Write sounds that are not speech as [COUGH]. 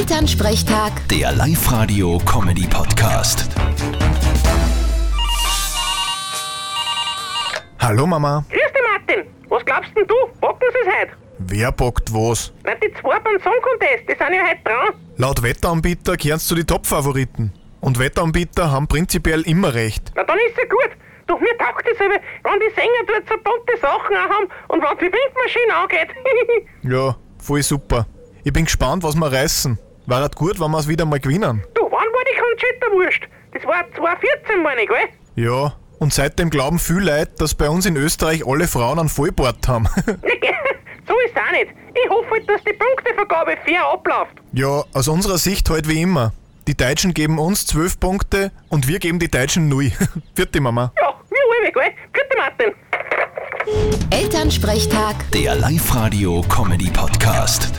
Elternsprechtag, Der Live-Radio-Comedy-Podcast. Hallo Mama, Grüß dich, Martin. Was glaubst denn du? Packen sie es heute? wer bockt was? Na, die zwei beim Song Contest, die sind ja heute dran. Laut Wetteranbieter gehören zu den Top-Favoriten. Und Wetteranbieter haben prinzipiell immer recht. Na, dann ist ja gut. Doch mir taugt es aber, wenn die Sänger dort so bunte Sachen auch haben und wenn die Windmaschine angeht. [LAUGHS] Ja, voll super. Ich bin gespannt, was wir reißen. War halt gut, wenn wir es wieder mal gewinnen. du, wann war die Conchita Wurst? Das war 2014, meine ich, gell? Ja, und seitdem glauben viele Leute, dass bei uns in Österreich alle Frauen einen Vollbart haben. [LAUGHS] Na, gell? [LAUGHS] so ist auch nicht. Ich hoffe halt, dass die Punktevergabe fair abläuft. ja, aus unserer Sicht halt wie immer. Die Deutschen geben uns 12 Punkte und wir geben die Deutschen 0. [LAUGHS] Vierte Mama. Ja, wie alle, gell? Bitte, Martin. Elternsprechtag. Der Live-Radio-Comedy-Podcast.